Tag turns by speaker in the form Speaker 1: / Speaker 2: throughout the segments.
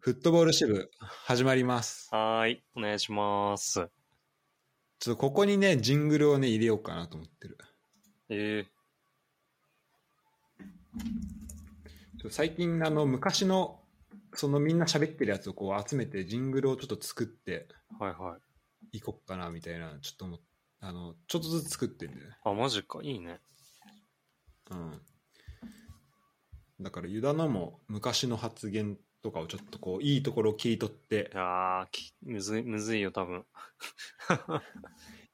Speaker 1: フットボール支部、始まります。
Speaker 2: はーい、お願いします。
Speaker 1: ちょっとここにね、ジングルをね、入れようかなと思ってる。
Speaker 2: えー、
Speaker 1: ちょっと最近、あの、昔の、そのみんな喋ってるやつをこう集めて、ジングルをちょっと作って
Speaker 2: はいはい。
Speaker 1: いこっかな、みたいな、ちょっと思っあの、ちょっとずつ作ってんだよね。
Speaker 2: あ、マジか、いいね。
Speaker 1: うん。だから、ユダのも昔の発言とかをちょっとこう、いいところを聞いとって
Speaker 2: い、やーき、むずい、むずいよ、多分。
Speaker 1: い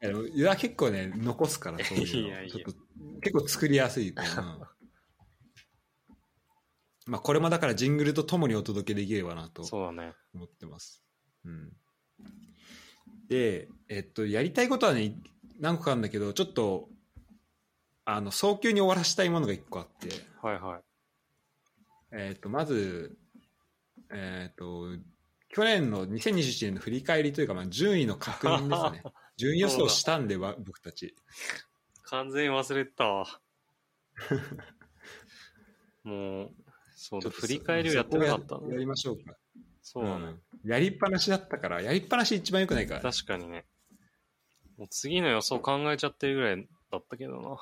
Speaker 1: やでもユダ結構ね、残す から、そういうの。
Speaker 2: いやいや
Speaker 1: ちょっと結構作りやすいかな。まあ、これもだからジングルとともにお届けできればなと
Speaker 2: そうだね。
Speaker 1: 思ってます。うん、で、えっと、やりたいことはね、何個かあるんだけど、ちょっと、あの、早急に終わらしたいものが1個あって、
Speaker 2: はいはい。
Speaker 1: えっと、まず、えっと、去年の2021年の振り返りというか、まあ、順位の確認ですね。 順位予想したんで、わ僕たち。
Speaker 2: 完全に忘れてた わ。もう、そうだ、振り返りをやってなかった
Speaker 1: そこやや
Speaker 2: ね。
Speaker 1: りましょうか。
Speaker 2: そうだね。
Speaker 1: うんやりっぱなしだったから、やりっぱなし一番良くないから。
Speaker 2: 確かにね。もう次の予想考えちゃってるぐらいだったけどな。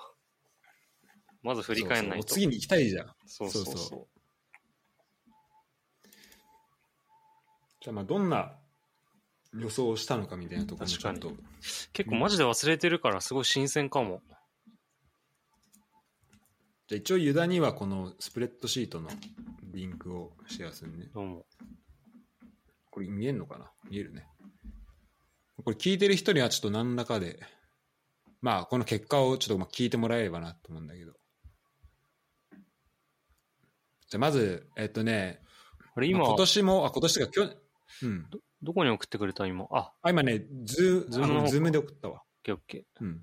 Speaker 2: まず振り返んないと。
Speaker 1: そうそう次に行きたいじゃん。
Speaker 2: そう
Speaker 1: そう
Speaker 2: そう
Speaker 1: そ
Speaker 2: そう。
Speaker 1: じゃあ、まあ、どんな予想をしたのかみたいなところもちょっと。
Speaker 2: 結構マジで忘れてるから、すごい新鮮かも。
Speaker 1: じゃあ、一応、ユダにはこのスプレッドシートのリンクをシェアするね。
Speaker 2: どうも。
Speaker 1: これ見えるのかな見えるね。これ聞いてる人にはちょっと何らかで、まあ、この結果をちょっとまあ聞いてもらえればなと思うんだけど。じゃあ、まず、えっとね、
Speaker 2: あれ、
Speaker 1: ま
Speaker 2: 今
Speaker 1: あ、今年も、あ、今年とか、去年、うん。
Speaker 2: どこに送ってくれた今。あ、
Speaker 1: あ、今ね、ズー
Speaker 2: ズーム
Speaker 1: あ
Speaker 2: の方
Speaker 1: の
Speaker 2: か
Speaker 1: ズームで送ったわ。
Speaker 2: オッケーオッケー。
Speaker 1: うん。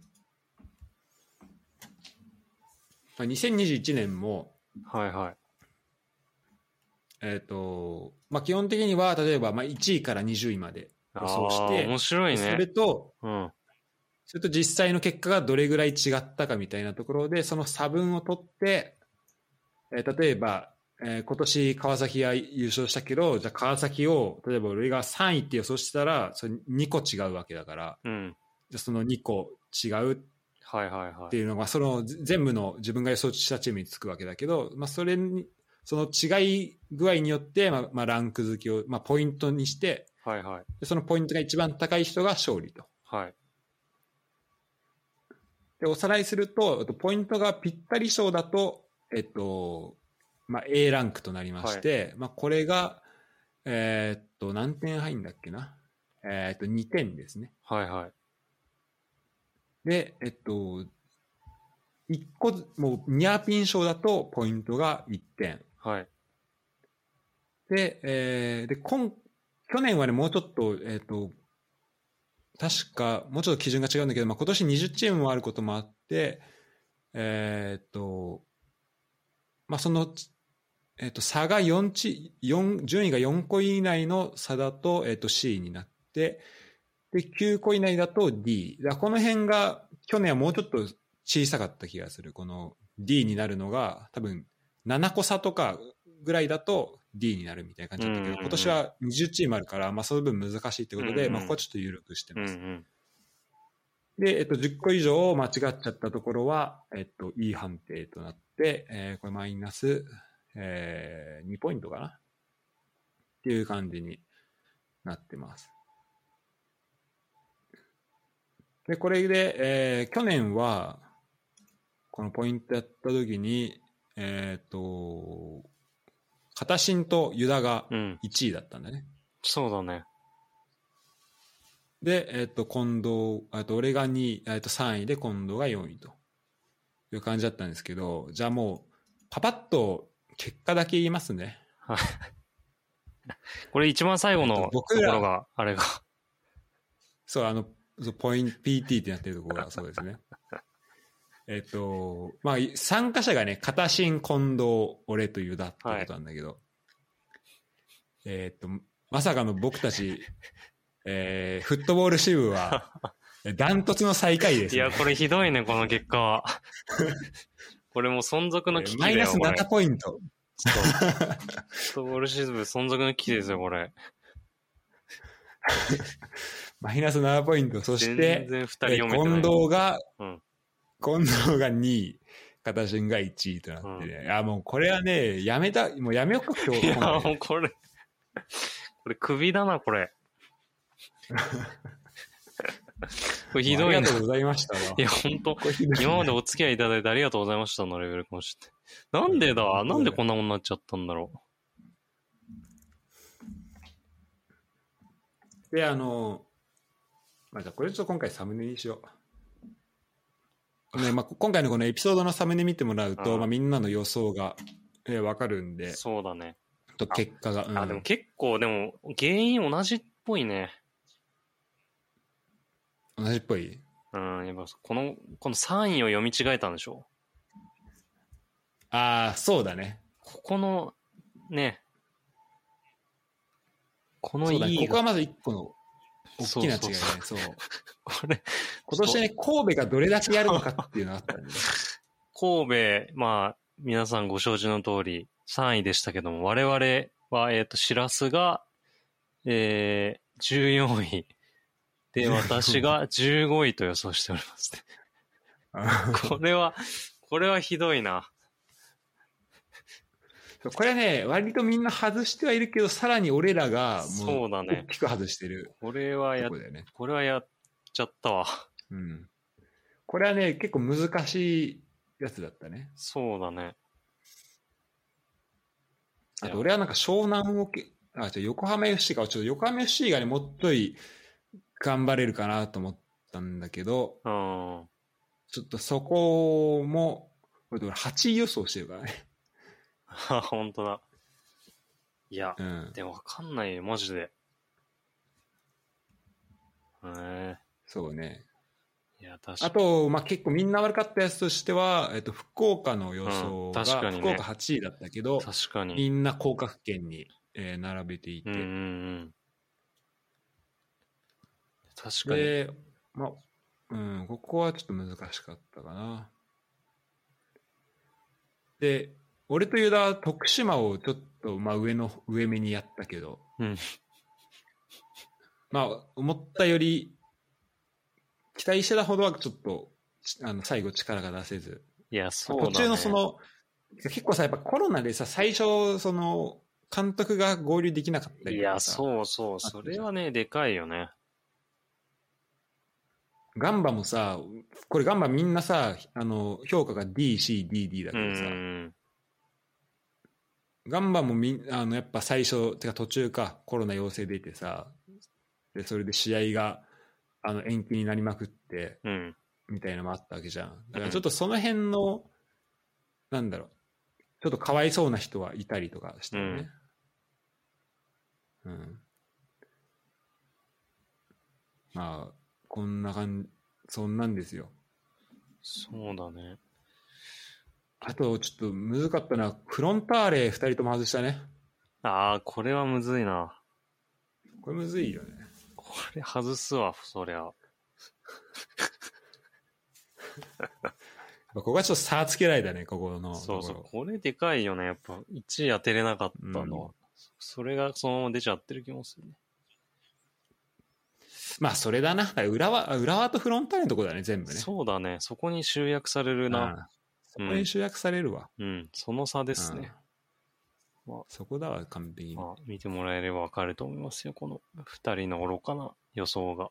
Speaker 1: まあ2021年も、
Speaker 2: はいはい。
Speaker 1: えっ、と、まあ、基本的には、例えば、まあ、1位から20位まで予想し
Speaker 2: あー
Speaker 1: て、
Speaker 2: 面白い
Speaker 1: それ
Speaker 2: ね。
Speaker 1: と、
Speaker 2: うん。
Speaker 1: それと実際の結果がどれぐらい違ったかみたいなところで、その差分を取って、えー例えば、えー今年川崎が優勝したけど、じゃあ川崎を、例えば俺が3位って予想してたら、それ2個違うわけだから、
Speaker 2: うん。
Speaker 1: じゃあその2個違うっ
Speaker 2: はいはいは
Speaker 1: って
Speaker 2: い。
Speaker 1: いうのがそのぜ全部の自分が予想したチームにつくわけだけど、まあ、それにその違い具合によって、まあまあ、ランク付けを、まあ、ポイントにして
Speaker 2: はいはい。
Speaker 1: でそのポイントが一番高い人が勝利と
Speaker 2: はい。
Speaker 1: でおさらいするとえっとポイントがぴったり賞だと、えっとまあ、A ランクとなりまして、まあ、これが、えーっと何点入るんだっけな、えーっと2点ですね
Speaker 2: はいはい。
Speaker 1: で、えっと、1個ず、もうニアピン賞だとポイントが1点。
Speaker 2: はい。
Speaker 1: で、えーで、今、去年はね、もうちょっと、えっ、と、確か、もうちょっと基準が違うんだけど、まあ、今年20チームもあることもあって、えっ、と、まあ、その、えっ、と、差が4チ、四順位が4個以内の差だと、えっ、と、C になって、で、9個以内だと D。だからこの辺が、去年はもうちょっと小さかった気がする。この D になるのが、多分、7個差とかぐらいだと D になるみたいな感じだったけ
Speaker 2: うんうん
Speaker 1: ど、
Speaker 2: うん
Speaker 1: 今年は20チームあるから、まあ、その分難しいってことで、
Speaker 2: うんうん
Speaker 1: まあ、ここはちょっと緩くして
Speaker 2: うん
Speaker 1: ます。
Speaker 2: うん。
Speaker 1: で、えっと、10個以上間違っちゃったところは、えっと、いい判定となって、えーこれマイナス、えー2ポイントかなっていう感じになってます。で、これで、えー去年は、このポイントやった時に、えっ、と、片新とユダが
Speaker 2: うん。
Speaker 1: 1位だったんだね。
Speaker 2: そうだね。
Speaker 1: で、えっ、と、近藤、えっと、俺が2位、えっ、と、3位で近藤が4位という感じだったんですけど、じゃあもう、パパッと結果だけ言いますね。
Speaker 2: これ一番最後
Speaker 1: えっ
Speaker 2: の
Speaker 1: と
Speaker 2: とこ
Speaker 1: 僕ら
Speaker 2: ろが、あれが。
Speaker 1: そう、あの、そうポイント PT ってなってるところがそうですね。 えっと、まあ、参加者がね、片新、近藤、俺とユダってことなんだけど、えっと、まさかの僕たち、えー、フットボール支部 は、ダントツの最下位です、
Speaker 2: い
Speaker 1: ね。
Speaker 2: や、これひどいね、この結果は。これもう存続の危機だ
Speaker 1: マイナ
Speaker 2: よ、
Speaker 1: ス
Speaker 2: これ
Speaker 1: 7。ポイント。
Speaker 2: ちょっと、ちょっとオールシーズン存続の危機ですよ、これ。
Speaker 1: マイナス7ポイント。そし
Speaker 2: 全
Speaker 1: て、
Speaker 2: 然二人
Speaker 1: え
Speaker 2: 読めてない。
Speaker 1: 近藤が、
Speaker 2: うん
Speaker 1: 近藤が2位、片新が1位となってね。あ、もうこれはね、やめた、もうやめようか、今日。
Speaker 2: いや、
Speaker 1: 今度
Speaker 2: もうこれ、これ首だな、こ れ。これひどい
Speaker 1: ありが
Speaker 2: な。い
Speaker 1: とうございましたわ。
Speaker 2: や、ほんと、
Speaker 1: これひどい
Speaker 2: 今までお付き合いいただいてありがとうございましたのレベルかもしれない。なんでだなんでこんなもんになっちゃったんだろ
Speaker 1: で、あの、まあ、じゃあこれちょっと今回サムネにしよう。ね、まあ、こ今回のこのエピソードのサムネ見てもらうと、
Speaker 2: うん
Speaker 1: まあ、みんなの予想が、えーわかるん
Speaker 2: う。
Speaker 1: で、
Speaker 2: そうだね。
Speaker 1: と結果が。うん
Speaker 2: あ、でも結構、でも、原因同じっぽいね。
Speaker 1: 同じっぽい。
Speaker 2: うん、やっぱ、この、この3位を読み違えたんでしょ
Speaker 1: ああ、そうだね。
Speaker 2: ここの、ね。この
Speaker 1: そうだね
Speaker 2: いい
Speaker 1: ここはまず一個の
Speaker 2: そ
Speaker 1: 大き
Speaker 2: う
Speaker 1: な違いね。
Speaker 2: そう
Speaker 1: そう
Speaker 2: そうこれ、
Speaker 1: 今年ね、神戸がどれだけやるのかっていうのがあったんで、
Speaker 2: 神戸、まあ、皆さんご承知の通り、3位でしたけども、我々は、えっ、と、しらすが、えー、14位。で、
Speaker 1: 14位
Speaker 2: 私が15位と予想しておりますね。これは、これはひどいな。
Speaker 1: そうこれね、割とみんな外してはいるけど、さらに俺らがも
Speaker 2: そう
Speaker 1: う
Speaker 2: だ
Speaker 1: 大
Speaker 2: ね。
Speaker 1: きく外してる
Speaker 2: これはや
Speaker 1: とこ、だよね。
Speaker 2: これはやっちゃったわ。
Speaker 1: うん。これはね、結構難しいやつだったね。
Speaker 2: そうだね。
Speaker 1: あと俺はなんか湘南をけ、あ、じゃあ横浜 FC か、ちょっと横浜 FC がね、もっとい頑張れるかなと思ったんだけど、
Speaker 2: うん。
Speaker 1: ちょっとそこも、これで俺8位予想してるからね。
Speaker 2: あ、本当だ。いや、
Speaker 1: うん。
Speaker 2: でもわかんないよ、マジで。え
Speaker 1: そうね。
Speaker 2: えいや、確か
Speaker 1: あと、まあ、結構みんな悪かったやつとしては、えっと、福岡の予想が、
Speaker 2: うん確かにね
Speaker 1: 福岡8位だったけど、
Speaker 2: 確かに。
Speaker 1: みんな降格圏に、えー並べていて、
Speaker 2: うんうんうん。確かに。
Speaker 1: で、まあ、うん、ここはちょっと難しかったかな。で、俺とユダは徳島をちょっと、まあ、上の、上目にやったけど、
Speaker 2: うん
Speaker 1: まあ、思ったより、期待してたほどはちょっと、ちあの、最後力が出せず、
Speaker 2: いや、そうだ、ね。
Speaker 1: 途中のそ、の、結構さ、やっぱコロナでさ、最初、その、監督が合流できなかったり
Speaker 2: い
Speaker 1: とか
Speaker 2: や、
Speaker 1: さ
Speaker 2: そうそう。それはね、でかいよね。
Speaker 1: ガンバもさ、これガンバみんなさ、あの、評価が D、C、D、D だ
Speaker 2: う
Speaker 1: け
Speaker 2: んう
Speaker 1: どさ、
Speaker 2: ん
Speaker 1: ガンバもみん、あの、やっぱ最初、てか途中か、コロナ陽性出てさ、で、それで試合が、あの、延期になりまくって、
Speaker 2: うん。うん。
Speaker 1: みたいなのもあったわけじゃん。だからちょっとその辺の、なんだろう、ちょっとかわいそうな人はいたりとかしてね。うん。まあ、こんな感じ、そんなんですよ。
Speaker 2: そうだね。
Speaker 1: あと、ちょっと難かったのは、フロンターレ2人とも外したね。
Speaker 2: ああ、これはむずいな。
Speaker 1: これむずいよね。
Speaker 2: これ外すわ、そりゃ。
Speaker 1: ここがちょっと差つけられたね、ここのとこ
Speaker 2: そ
Speaker 1: ろ。
Speaker 2: うそう。これでかいよね。やっぱ、1位当てれなかったのは。
Speaker 1: う
Speaker 2: それがそのまま出ちゃってる気もするね。
Speaker 1: まあ、それだな。だから浦和、浦和とフロンターレのとこだね、全部ね。
Speaker 2: そうだね。そこに集約される
Speaker 1: な
Speaker 2: な。。
Speaker 1: そこに集約されるわ。
Speaker 2: うん。その差ですね。
Speaker 1: うん
Speaker 2: まあ
Speaker 1: そこだわ、完璧に。
Speaker 2: まあ、見てもらえればわかると思いますよ。この二人の愚かな予想が。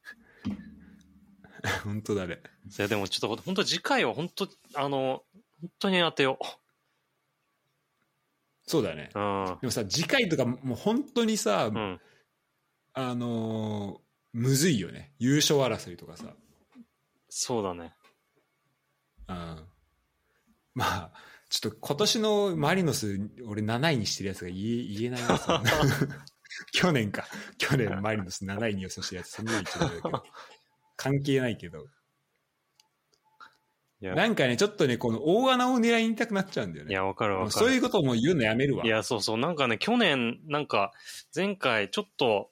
Speaker 1: 本当だね。
Speaker 2: いや、でもちょっと本当次回は本当あの、本当に当てよ
Speaker 1: そうだね
Speaker 2: う。。うん。
Speaker 1: でもさ、次回とかもう本当にさ、
Speaker 2: うん。
Speaker 1: あのーむずいよね。優勝争いとかさ。
Speaker 2: そうだね。
Speaker 1: うんまあ、ちょっと今年のマリノス、俺7位にしてるやつが言え言えないな。 そんな去年か。去年マリノス7位に予想してるやつ、そんなに言っちゃダメだけ ど。関係ないけど。
Speaker 2: いや、
Speaker 1: なんかね、ちょっとね、この大穴を狙いにいたくなっちゃうんだよ
Speaker 2: い
Speaker 1: ね。
Speaker 2: やわかる
Speaker 1: も
Speaker 2: わ
Speaker 1: う
Speaker 2: か
Speaker 1: そうい
Speaker 2: る。
Speaker 1: うことも言うのやめるわ。
Speaker 2: いや、そうそう。なんかね、去年、なんか、前回ちょっと、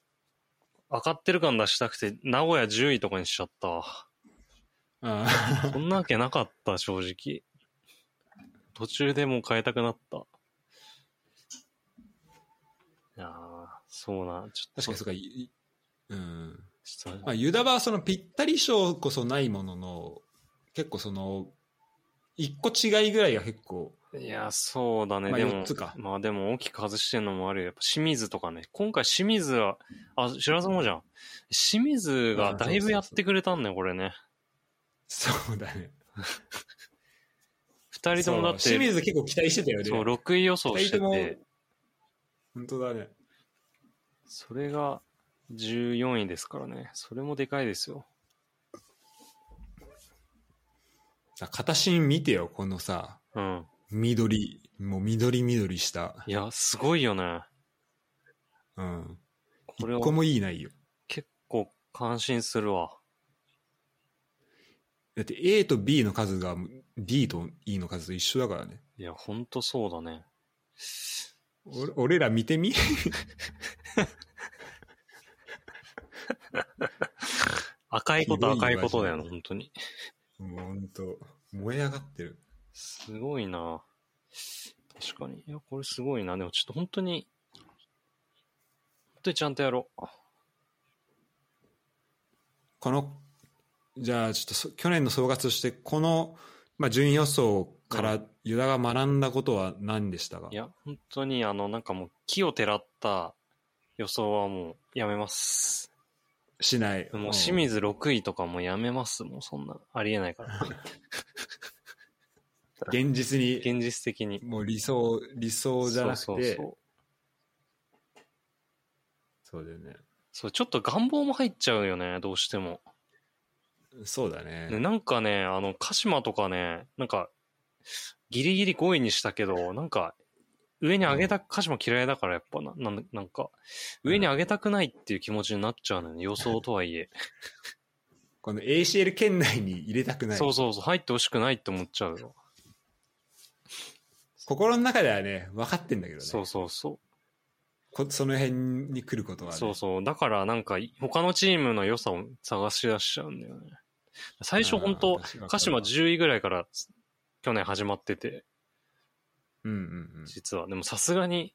Speaker 2: 上がってる感出したくて、名古屋10位とかにしちゃったわ。
Speaker 1: うん
Speaker 2: そんなわけなかった、正直。途中でもう変えたくなった。いやーそうな、ちょ
Speaker 1: 確
Speaker 2: っ
Speaker 1: かに
Speaker 2: と、
Speaker 1: そうか、いいうん。
Speaker 2: ちょっと
Speaker 1: まあ、ユダはそのぴったり賞こそないものの、結構その、一個違いぐらいが結構、
Speaker 2: いや、そうだね。
Speaker 1: まあ
Speaker 2: でも
Speaker 1: 四つか、
Speaker 2: まあでも大きく外してるのもあるよ。やっぱ清水とかね。今回清水は、あ、知らずもじゃん。清水がだいぶやってくれたんだよ、これね。
Speaker 1: そうだね。
Speaker 2: 二人ともだっ
Speaker 1: そう清
Speaker 2: て、
Speaker 1: 水結構期待してたよね。
Speaker 2: そう、6位予想してて、
Speaker 1: 本当だね。
Speaker 2: それが14位ですからね。それもでかいですよ。
Speaker 1: さ、片芯見てよ、このさ、
Speaker 2: うん。
Speaker 1: 緑、もう緑緑した。
Speaker 2: いや、すごいよね。
Speaker 1: うん。
Speaker 2: これ
Speaker 1: 一個
Speaker 2: は
Speaker 1: もいいないよ。
Speaker 2: 結構感心するわ。
Speaker 1: だって A と B の数が D と E の数と一緒だからね。
Speaker 2: いや、ほんとそうだね。
Speaker 1: 俺俺ら見てみ
Speaker 2: 赤いこと
Speaker 1: ひど
Speaker 2: 赤
Speaker 1: い
Speaker 2: い
Speaker 1: わ
Speaker 2: ことだよ
Speaker 1: そ
Speaker 2: ね、
Speaker 1: れ
Speaker 2: ほんとに。
Speaker 1: もうほんと、燃え上がってる。
Speaker 2: すごいな確かに。いや、これすごいな。でもちょっと本当に、本当にちゃんとやろう。
Speaker 1: この、じゃあちょっとそ去年の総括として、この、まあ、順位予想からユダが学んだことは何でしたか
Speaker 2: いや、本当にあの、なんかもう、木をてらった予想はもうやめます。
Speaker 1: しない。
Speaker 2: もうん清水6位とかもうやめます。もうそんな、ありえないから。
Speaker 1: 現実に、
Speaker 2: 現実的に。
Speaker 1: もう理想、理想じゃなくて、
Speaker 2: そうそうそう。
Speaker 1: そうだよね。
Speaker 2: そう、ちょっと願望も入っちゃうよね、どうしても。
Speaker 1: そうだね。
Speaker 2: ね、なんかね、あの、鹿島とかね、なんか、ギリギリ5位にしたけど、なんか、上に上げた、鹿島嫌いだからやっぱな、なんなんか、上に上げたくないっていう気持ちになっちゃうのよね、予想とはい え。
Speaker 1: この ACL 圏内に入れたくない。
Speaker 2: そうそうそう、入ってほしくないって思っちゃうよ。
Speaker 1: 心の中ではね、分かってんだけどね。
Speaker 2: そうそうそ
Speaker 1: こその辺に来ることは、
Speaker 2: う。
Speaker 1: ね。
Speaker 2: そうそう。だからなんか、他のチームの良さを探し出しちゃうんだよね。最初本当
Speaker 1: 当
Speaker 2: 鹿島10位ぐらいから、去年始まってて。
Speaker 1: うんうんうん。
Speaker 2: 実は。でもさすがに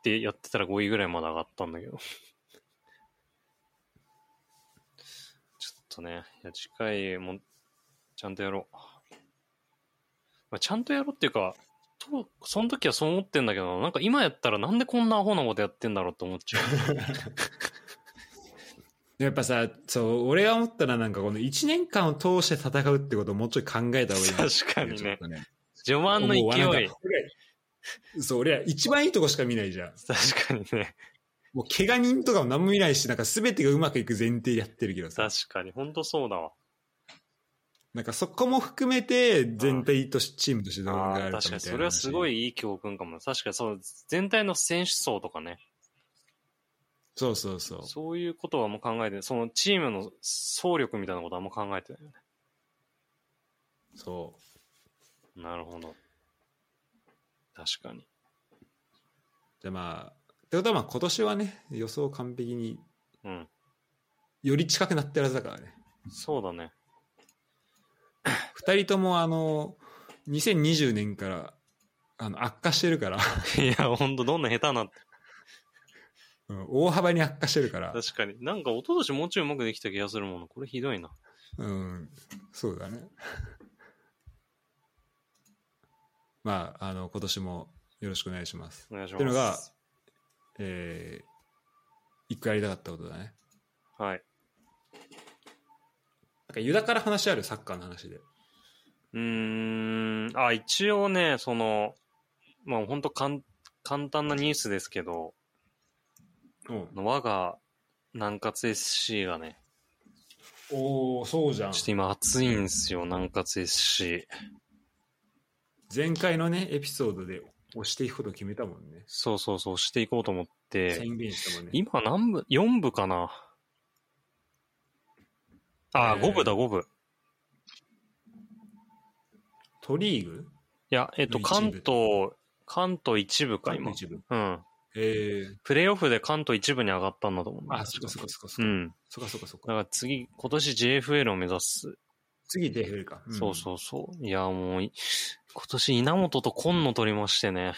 Speaker 2: ってやってたら5位ぐらいまで上がったんだけど。 ちょっとね、いや次回もちゃんとやろう。まあ、ちゃんとやろうっていうか、とその時はそう思ってんだけど、なんか今やったらなんでこんなアホなことやってんだろうって思 っちゃう。
Speaker 1: やっぱさ、そう、俺が思ったらなんかこの1年間を通して戦うってことをもうちょい考えた方がいいなっていう。
Speaker 2: 確かにね
Speaker 1: ちょっとね。
Speaker 2: 序盤の勢
Speaker 1: 思うわなんか俺
Speaker 2: い。
Speaker 1: らそう、俺ら一番いいとこしか見ないじゃん。
Speaker 2: 確かにね。
Speaker 1: もう怪我人とかも何も見ないし、なんか全てがうまくいく前提でやってるけどさ。
Speaker 2: 確かに。ほんとそうだわ。
Speaker 1: なんかそこも含めて全体としチームとしてどう
Speaker 2: あ
Speaker 1: な
Speaker 2: あー、
Speaker 1: るかみた
Speaker 2: 確
Speaker 1: いな。
Speaker 2: かに。それはすご。いいい教訓かも。確かにそう、全体の選手層とかね。
Speaker 1: そうそうそう。
Speaker 2: そういうことはあんま考えてない。そのチームの総力みたいなことはあんま考えてないよね。
Speaker 1: そう。
Speaker 2: なるほど。確かに。
Speaker 1: じゃあまあ、ってことはまあ今年はね、予想完璧に
Speaker 2: うん。
Speaker 1: より近くなってるはずだからね。
Speaker 2: そうだね。
Speaker 1: 二人ともあの、2020年からあの悪化してるから、
Speaker 2: いや、ほんと、どんな下手なって。
Speaker 1: うん大幅に悪化してるから、
Speaker 2: 確かに。なんか、一昨年もうちょいうまくできた気がするもの。これひどいな。
Speaker 1: うん、そうだね。 まあ、あの、今年もよろしくお願いします。
Speaker 2: お願いします。
Speaker 1: っていうのがえー、一個やりたかったことだね。
Speaker 2: はい。
Speaker 1: なんかユダから話あるサッカーの話で。
Speaker 2: うーん。あ、一応ね、その、まあ、ほんと、かん、簡単なニュースですけど、
Speaker 1: うん
Speaker 2: 我が南葛 SC がね、
Speaker 1: おおそうじゃん
Speaker 2: ちょっと今熱いんですよ、南葛 SC。
Speaker 1: 前回のね、エピソードで押していくことを決めたもんね。
Speaker 2: そうそうそう、していこうと思って、
Speaker 1: 宣言したもんね。
Speaker 2: 今何部 ?4 部かなあ
Speaker 1: え
Speaker 2: ー、
Speaker 1: ー
Speaker 2: 5部だ、5部。
Speaker 1: トリーグ
Speaker 2: いや、えっと、
Speaker 1: の一
Speaker 2: 関
Speaker 1: 部
Speaker 2: 東、関東1部か、今。
Speaker 1: 一部。
Speaker 2: うん。
Speaker 1: ええ
Speaker 2: プレイオフで関東1部に上がったんだと思うんだ。
Speaker 1: あ、そっかそっかそっかそっか。
Speaker 2: うん。
Speaker 1: そっかそっかそっ
Speaker 2: だか
Speaker 1: か。
Speaker 2: ら次、今年 JFL を目指す。
Speaker 1: 次、デフルか。
Speaker 2: そうそうそう。いや、もうい、今年稲本と今野取りましてね。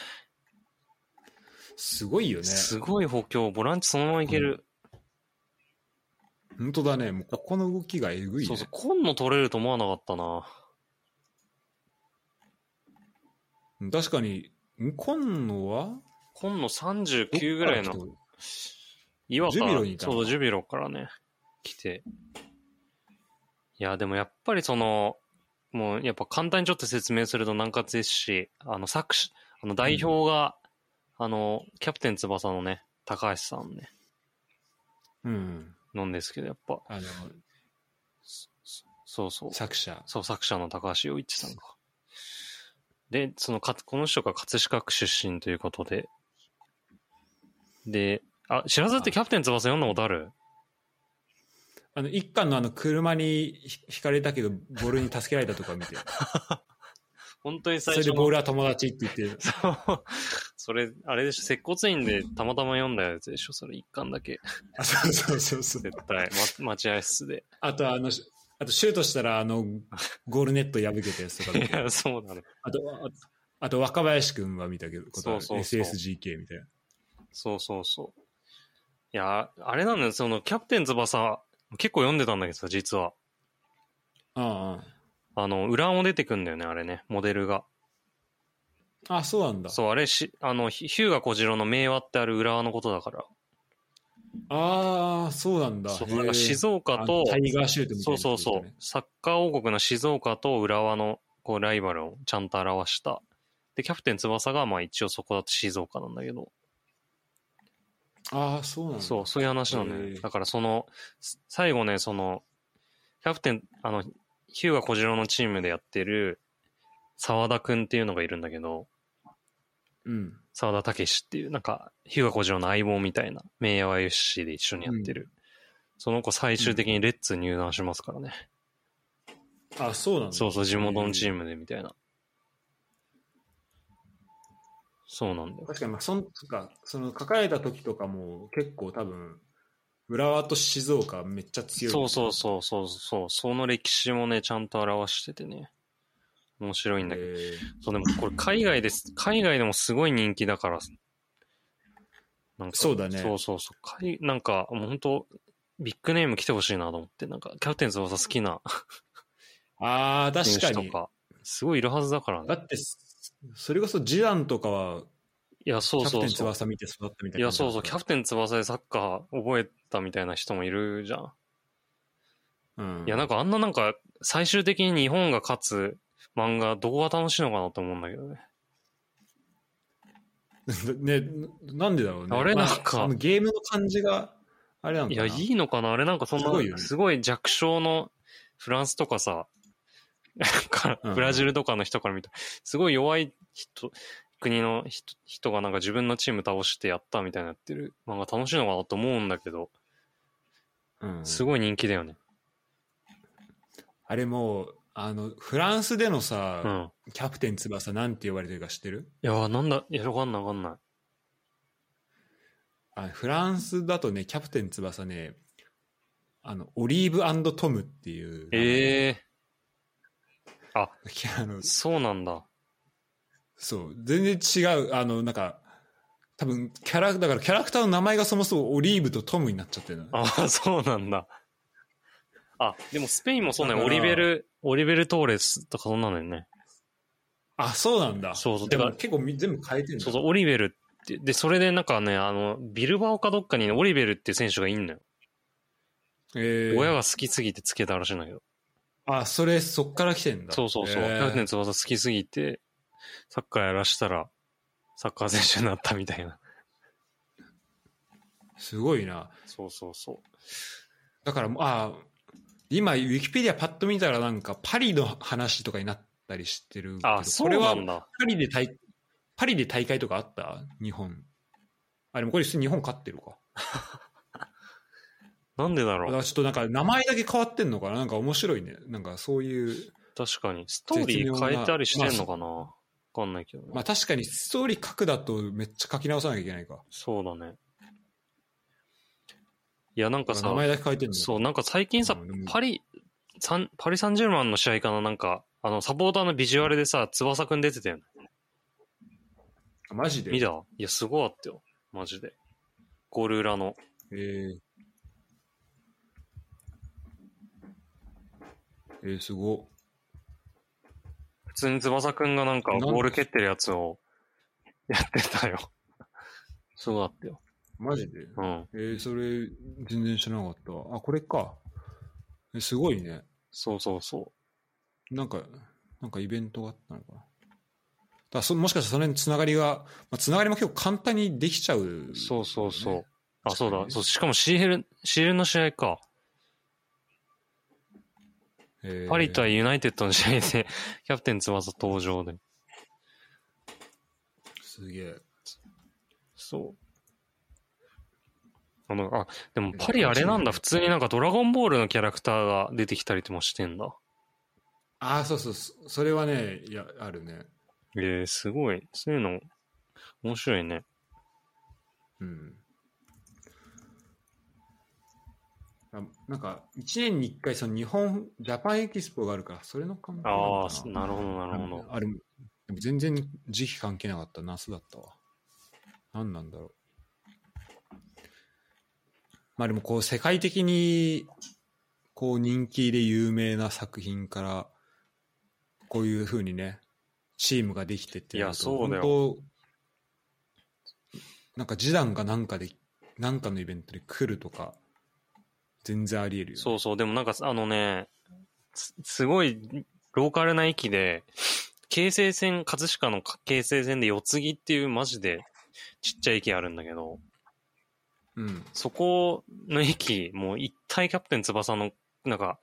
Speaker 1: すごいよね。
Speaker 2: すごい補強。ボランチそのままいける。
Speaker 1: 本当だね。もうここの動きがえぐい、ね。
Speaker 2: そうそう。今野取れると思わなかったな。
Speaker 1: 確かに、ん今野は
Speaker 2: 今野39ぐらいの。
Speaker 1: どっか
Speaker 2: 岩か
Speaker 1: ジ
Speaker 2: ら
Speaker 1: ュビロにいたのか
Speaker 2: そう、ジュビロからね、来て。いや、でもやっぱりその、もうやっぱ簡単にちょっと説明すると南葛ですし、あの作詞、あの代表が、あの、キャプテン翼のね、高橋さんね、
Speaker 1: 人うん。
Speaker 2: なんですけど、やっぱ、
Speaker 1: あの、
Speaker 2: そうそう。
Speaker 1: 作者。
Speaker 2: そう、作者の高橋洋一さんが。で、そのか、この人が葛飾区出身ということで。で、あ、知らずってキャプテン翼読んだことある
Speaker 1: あの、一巻のあの、車にひ引かれたけど、ボールに助けられたとか見て。
Speaker 2: 本当に 最
Speaker 1: それ
Speaker 2: 初
Speaker 1: で
Speaker 2: の
Speaker 1: ボールは友達って言 って。
Speaker 2: そう。それ、あれでしょ、接骨院でたまたま読んだやつでしょ、それ一巻だけ。
Speaker 1: あ、そうそうそうそう。
Speaker 2: 絶対、ま、待合室で。
Speaker 1: あとあの、しあとシュートしたら、あの、ゴールネット破けたやつとか
Speaker 2: い
Speaker 1: 見て。
Speaker 2: や、そうなの。
Speaker 1: あと、ああと若林くんは見たけど、ことある
Speaker 2: そうそうそう
Speaker 1: SSGK みたいな。
Speaker 2: そうそうそう。いや、あれなんだよ、その、キャプテン翼、結構読んでたんだけどさ、実は。
Speaker 1: あ
Speaker 2: あの、裏も出てくんだよね、あれね、モデルが。
Speaker 1: あ、ああそうなんだ。
Speaker 2: そう、あれし、あの、ヒヒューガ小次郎の名和ってある裏和のことだから。
Speaker 1: ああ、そうなんだ。
Speaker 2: そう、
Speaker 1: へえ
Speaker 2: なんか静岡と
Speaker 1: あの、タイガーシュートみた
Speaker 2: そ
Speaker 1: いうな、
Speaker 2: そうそう。サッカー王国の静岡と浦和のこうライバルをちゃんと表した。で、キャプテン翼がまあ一応そこだと静岡なんだけど、
Speaker 1: ああ、そうなんだ。
Speaker 2: そう、そういう話なんだよ
Speaker 1: へ
Speaker 2: ね
Speaker 1: ー。
Speaker 2: だからその、す最後ね、その、キャプテン、あの、ヒューガ小次郎のチームでやってる沢田くんっていうのがいるんだけど、
Speaker 1: うん。
Speaker 2: 沢田武史っていう、なんか、日向小次郎の相棒みたいな、名和よしで一緒にやってる。その子最終的にレッツ入団しますからね。
Speaker 1: あそうなんだ。
Speaker 2: そうそう、地元のチ
Speaker 1: ム。
Speaker 2: ームでみたいな。そうなんだよ。
Speaker 1: 確かに、まあ、そんそっか、その、書かれた時とかも、結構多分、浦和と静岡めっちゃ強い。
Speaker 2: そうそうそうそうそう、その歴史もね、ちゃんと表しててね。面白いんだけど。
Speaker 1: へえ
Speaker 2: そう、でもこれ海外です。海外でもすごい人気だから。なんか
Speaker 1: そうだね
Speaker 2: そうそうそう。海なんか、もう本当ビッグネーム来てほしいなと思って、なんか、キャプテン翼好きな
Speaker 1: ああ、確か
Speaker 2: 選手と
Speaker 1: に。
Speaker 2: か、すごいいるはずだから
Speaker 1: だ
Speaker 2: ね。
Speaker 1: って、それこそジダンとかは、
Speaker 2: いや、そ
Speaker 1: キャ
Speaker 2: う
Speaker 1: プ
Speaker 2: そ
Speaker 1: テ
Speaker 2: う
Speaker 1: ン
Speaker 2: そう。
Speaker 1: 翼見て育ったみたい
Speaker 2: い
Speaker 1: な。
Speaker 2: や、そうそう、キャプテン翼でサッカー覚えたみたいな人もいるじゃん。
Speaker 1: うん。
Speaker 2: いや、なんかあんななんか、最終的に日本が勝つ漫画、どこが楽しいのかなと思うんだけどね。
Speaker 1: ね、ななんでだろうね。
Speaker 2: あれ
Speaker 1: ま
Speaker 2: なんか
Speaker 1: あのゲームの感じが、あれなん
Speaker 2: い
Speaker 1: だ
Speaker 2: や、
Speaker 1: ない
Speaker 2: いのかなあれなんかそん
Speaker 1: すごいよ
Speaker 2: な、
Speaker 1: ね
Speaker 2: すごい弱小のフランスとかさ、なんか
Speaker 1: うんうん
Speaker 2: ブラジルとかの人から見た、すごい弱い人、国の人人がなんか自分のチーム倒してやったみたいになってる漫画楽しいのかなと思うんだけど、
Speaker 1: うん、
Speaker 2: すごい人気だよね。
Speaker 1: あれもう、あの、フランスでのさ、
Speaker 2: うん。
Speaker 1: キャプテン翼なんて呼ばれてるか知ってる
Speaker 2: いや、なんだ、いや、わかんないわかんない。
Speaker 1: あフランスだとね、キャプテン翼ね、あの、オリーブトムっていう、
Speaker 2: ええ
Speaker 1: きあの、
Speaker 2: そうなんだ。
Speaker 1: そう、全然違う、あの、なんか、多分、キャラ、だからキャラクターの名前がそもそもオリーブとトムになっちゃってるの。
Speaker 2: ああ、そうなんだ。あ、でもスペインもそうね、
Speaker 1: だか
Speaker 2: オ
Speaker 1: ら
Speaker 2: リベル、オリベル・トーレスとかそんなのよね。
Speaker 1: あ、そうなんだ。
Speaker 2: そうそう
Speaker 1: で
Speaker 2: だ
Speaker 1: も
Speaker 2: から
Speaker 1: 結構み全部変えてるんだ。
Speaker 2: そうそう、オリベルって、で、それでなんかね、あの、ビルバオかどっかにね、オリベルっていう選手がいんのよ。
Speaker 1: えー
Speaker 2: 親が好きすぎてつけたらしいんだけど。
Speaker 1: あ、それ、そっから来てんだ。
Speaker 2: そうそうそう。キ
Speaker 1: へー
Speaker 2: ャプテン翼好きすぎて、サッカーやらしたら、サッカー選手になったみたいな。
Speaker 1: すごいな。
Speaker 2: そうそうそう。
Speaker 1: だからもう、あ今、ウィキペディアパッと見たらなんか、パリの話とかになったりしてるけど。
Speaker 2: あ、そ
Speaker 1: これ
Speaker 2: うな
Speaker 1: は
Speaker 2: んだ。
Speaker 1: パリで大、パリで大会とかあった日本。あ、でもこれ普通に日本勝ってるか。
Speaker 2: なんでだ
Speaker 1: だ
Speaker 2: ろ
Speaker 1: か
Speaker 2: う。
Speaker 1: らちょっとなんか、名前だけ変わってんのかななんか面白いね。なんかそういう、
Speaker 2: 確かに。ストーリー変えたりしてんのかなわかんないけどね。
Speaker 1: まあ確かにストーリー書くだとめっちゃ書き直さなきゃいけないか。
Speaker 2: そうだね。いや、なんかさ
Speaker 1: 名、前だけ変えてんの
Speaker 2: そう、なんか最近さ
Speaker 1: うんでも、
Speaker 2: パリ、サンパリ・サンジェルマンの試合かな、なんか、あの、サポーターのビジュアルでさ、翼くん出てたよね。
Speaker 1: マジで
Speaker 2: 見たいや、すごかったよ。マジで。ゴール裏の。
Speaker 1: えー、えー、すご。
Speaker 2: 普通に翼くんがなんか
Speaker 1: なん
Speaker 2: ボール蹴ってるやつを やってたよ。すごかったよ。
Speaker 1: マジで
Speaker 2: うん。
Speaker 1: えー、それ、全然知らなかったわ。あ、これか。えすごいね。
Speaker 2: そうそうそ
Speaker 1: なんか、なんかイベントがあったのかな。だからそもしかしたらその辺のつながりが、まあ、つながりも結構簡単にできちゃう、
Speaker 2: う。そうそうそう。
Speaker 1: ね
Speaker 2: あ、そうだ
Speaker 1: 確か。に
Speaker 2: そう、しかも CL、CL の試合か。
Speaker 1: えー
Speaker 2: パリ対ユナイテッドの試合で、 キャプテン翼登場で。
Speaker 1: すげえ。
Speaker 2: そう。あの、あ、でもパリあれなんだ。普通になんかドラゴンボールのキャラクターが出てきたりともしてんだ。
Speaker 1: ああ、そうそうそ、それはね、いや、あるね。
Speaker 2: えー、すごい。そういうの、面白いね。
Speaker 1: うん。あなんか、1年に1回、その日本、ジャパンエキスポがあるから、それの関係な
Speaker 2: あ
Speaker 1: の
Speaker 2: あ、
Speaker 1: か
Speaker 2: すなるほど、なるほど。
Speaker 1: あれ、でも全然時期関係なかった。夏だったわ。何なんだろう。まあでもこう世界的にこう人気で有名な作品からこういうふうにね、チームができてってなると
Speaker 2: いやそうだよ
Speaker 1: 本当なんか示談がなんかで、なんかのイベントで来るとか、全然あり得るよね、
Speaker 2: そうそう、でもなんかあのね、すすごいローカルな駅で、京成線、葛飾の京成線で四つ木っていうマジでちっちゃい駅あるんだけど、
Speaker 1: うん。
Speaker 2: そこの駅、もう一体キャプテン翼の、なんか、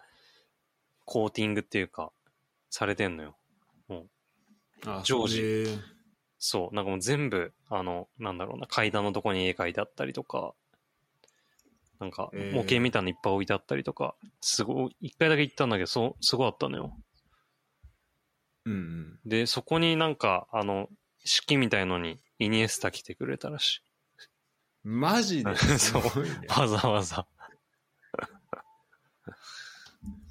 Speaker 2: コーティングっていうか、されてんのよ。
Speaker 1: あ
Speaker 2: 常時
Speaker 1: それで
Speaker 2: そう、なんかもう全部、あの、なんだろうな、階段のとこに絵描いてあったりとか、なんか
Speaker 1: えー
Speaker 2: 模型みたいなのいっぱい置いてあったりとか、すごい、一回だけ行ったんだけど、そう、すごかったのよ。
Speaker 1: うんうん。
Speaker 2: で、そこになんか、あの、式みたいのに、イニエスタ来てくれたらし
Speaker 1: マジ で
Speaker 2: そう
Speaker 1: すごいね
Speaker 2: い。わざわざ。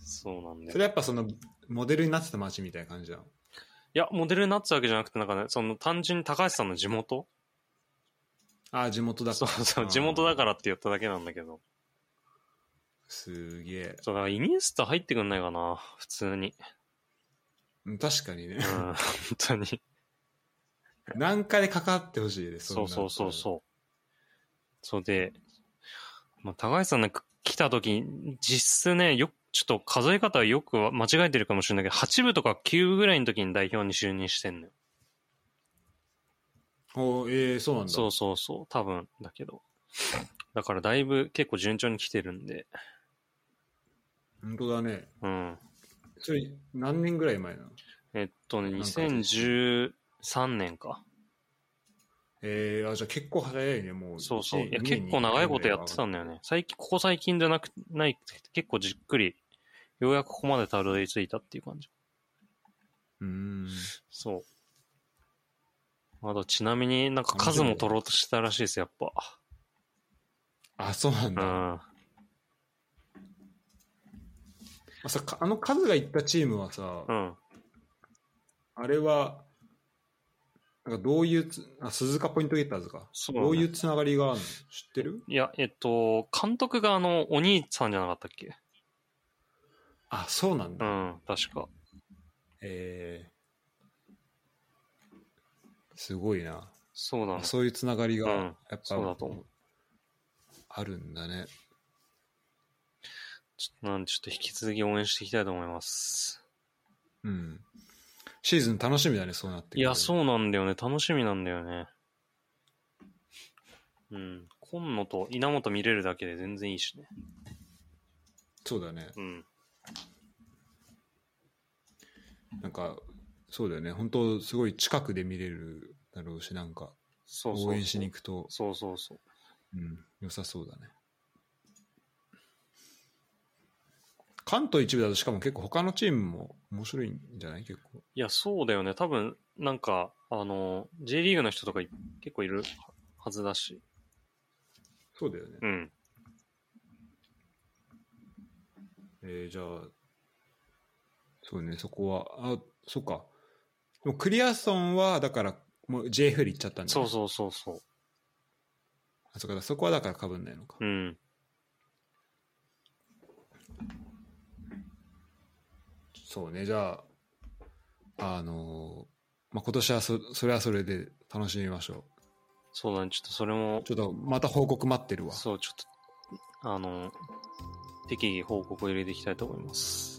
Speaker 2: そうなんだ
Speaker 1: そ
Speaker 2: よ。
Speaker 1: れやっぱそのモデルになってた街みたいな感じだ
Speaker 2: いや、モデルになってたわけじゃなくて、なんかね、その単純に高橋さんの地元
Speaker 1: ああ地元だ
Speaker 2: そうそう、地元だからって言っただけなんだけど。
Speaker 1: すげえ
Speaker 2: そう、だからイニエスタ入ってくんないかな、普通に。
Speaker 1: うん確かにね
Speaker 2: うん、本当に。
Speaker 1: 何回でかかってほしいです
Speaker 2: そうそうそうそう。そうで、まあ、高橋さんなんか来た時、実質ね、よちょっと数え方はよくは間違えてるかもしれないけど、8部とか9部ぐらいの時に代表に就任してんのよ。
Speaker 1: うおええそうなんだ
Speaker 2: そうそうそう、多分だけど。だからだいぶ結構順調に来てるんで、
Speaker 1: 本当だね
Speaker 2: うん。
Speaker 1: それ何年ぐらい前なの
Speaker 2: えっとね、
Speaker 1: なんかです
Speaker 2: 2013年か。
Speaker 1: ええあじゃあ結構早いねもう
Speaker 2: そうそう。
Speaker 1: 一
Speaker 2: いや、
Speaker 1: 年
Speaker 2: 結構長いことやって
Speaker 1: 二年
Speaker 2: た
Speaker 1: に一回ぐらいは
Speaker 2: んだよね。最近、ここ最近じゃなく、ない、結構じっくり、ようやくここまでたどり着いたっていう感じ。
Speaker 1: うーん
Speaker 2: そう。あと、ちなみになんか数も取ろうとしたらしいです、やっ
Speaker 1: あそうなんだ、ま
Speaker 2: ぱ。
Speaker 1: あ、さかあの数がいったチームはさ、
Speaker 2: うん。うん。
Speaker 1: あれはなんかどういうつあ鈴鹿ポイントゲッターズか
Speaker 2: そうだね
Speaker 1: どういうつながりがあるの知ってる
Speaker 2: いや、えっと、監督があの、お兄さんじゃなかったっけ
Speaker 1: あそうなん
Speaker 2: う
Speaker 1: だ、
Speaker 2: ん、確か。
Speaker 1: えーすごいな、
Speaker 2: そうだね。
Speaker 1: そういうつながりが
Speaker 2: うん
Speaker 1: やっ
Speaker 2: そうだ
Speaker 1: ぱ
Speaker 2: と思う。
Speaker 1: あるんだね、
Speaker 2: ちょっとなんで、ちょっと引き続き応援していきたいと思います。
Speaker 1: うん、シーズン楽しみだねそうなってくる
Speaker 2: いや、そうなんだよね。楽しみなんだよね。うん。今野と稲本見れるだけで全然いいしね。
Speaker 1: そうだね
Speaker 2: うん。
Speaker 1: なんかそうだよね本当すごい近くで見れるだろうしなんか
Speaker 2: そうそうそう。
Speaker 1: 応援しに行くと
Speaker 2: そうそうそう。
Speaker 1: うん、良さそうだね関東一部だとしかも結構他のチームも面白いんじゃない結構
Speaker 2: いや、そうだよね。多分、なんか、あの、J リーグの人とかい結構いるはずだし。
Speaker 1: そうだよね
Speaker 2: うん。
Speaker 1: えーじゃあ、そうね、そこは。あ、そっか。でもクリアソンは、だから、もう JFL 行っちゃったんだ
Speaker 2: そう
Speaker 1: う。
Speaker 2: そうそうそ
Speaker 1: あそっか、そこはだから被んないのか。
Speaker 2: う。うん。
Speaker 1: そうね、じゃあ、あのーまあ、今年はそそれはそれで楽しみましょ
Speaker 2: そうだね。ちょっとそれも
Speaker 1: う。、ちょっとまた報告待ってるわ。
Speaker 2: そう、ちょっと、あの、適宜報告を入れていきたいと思います。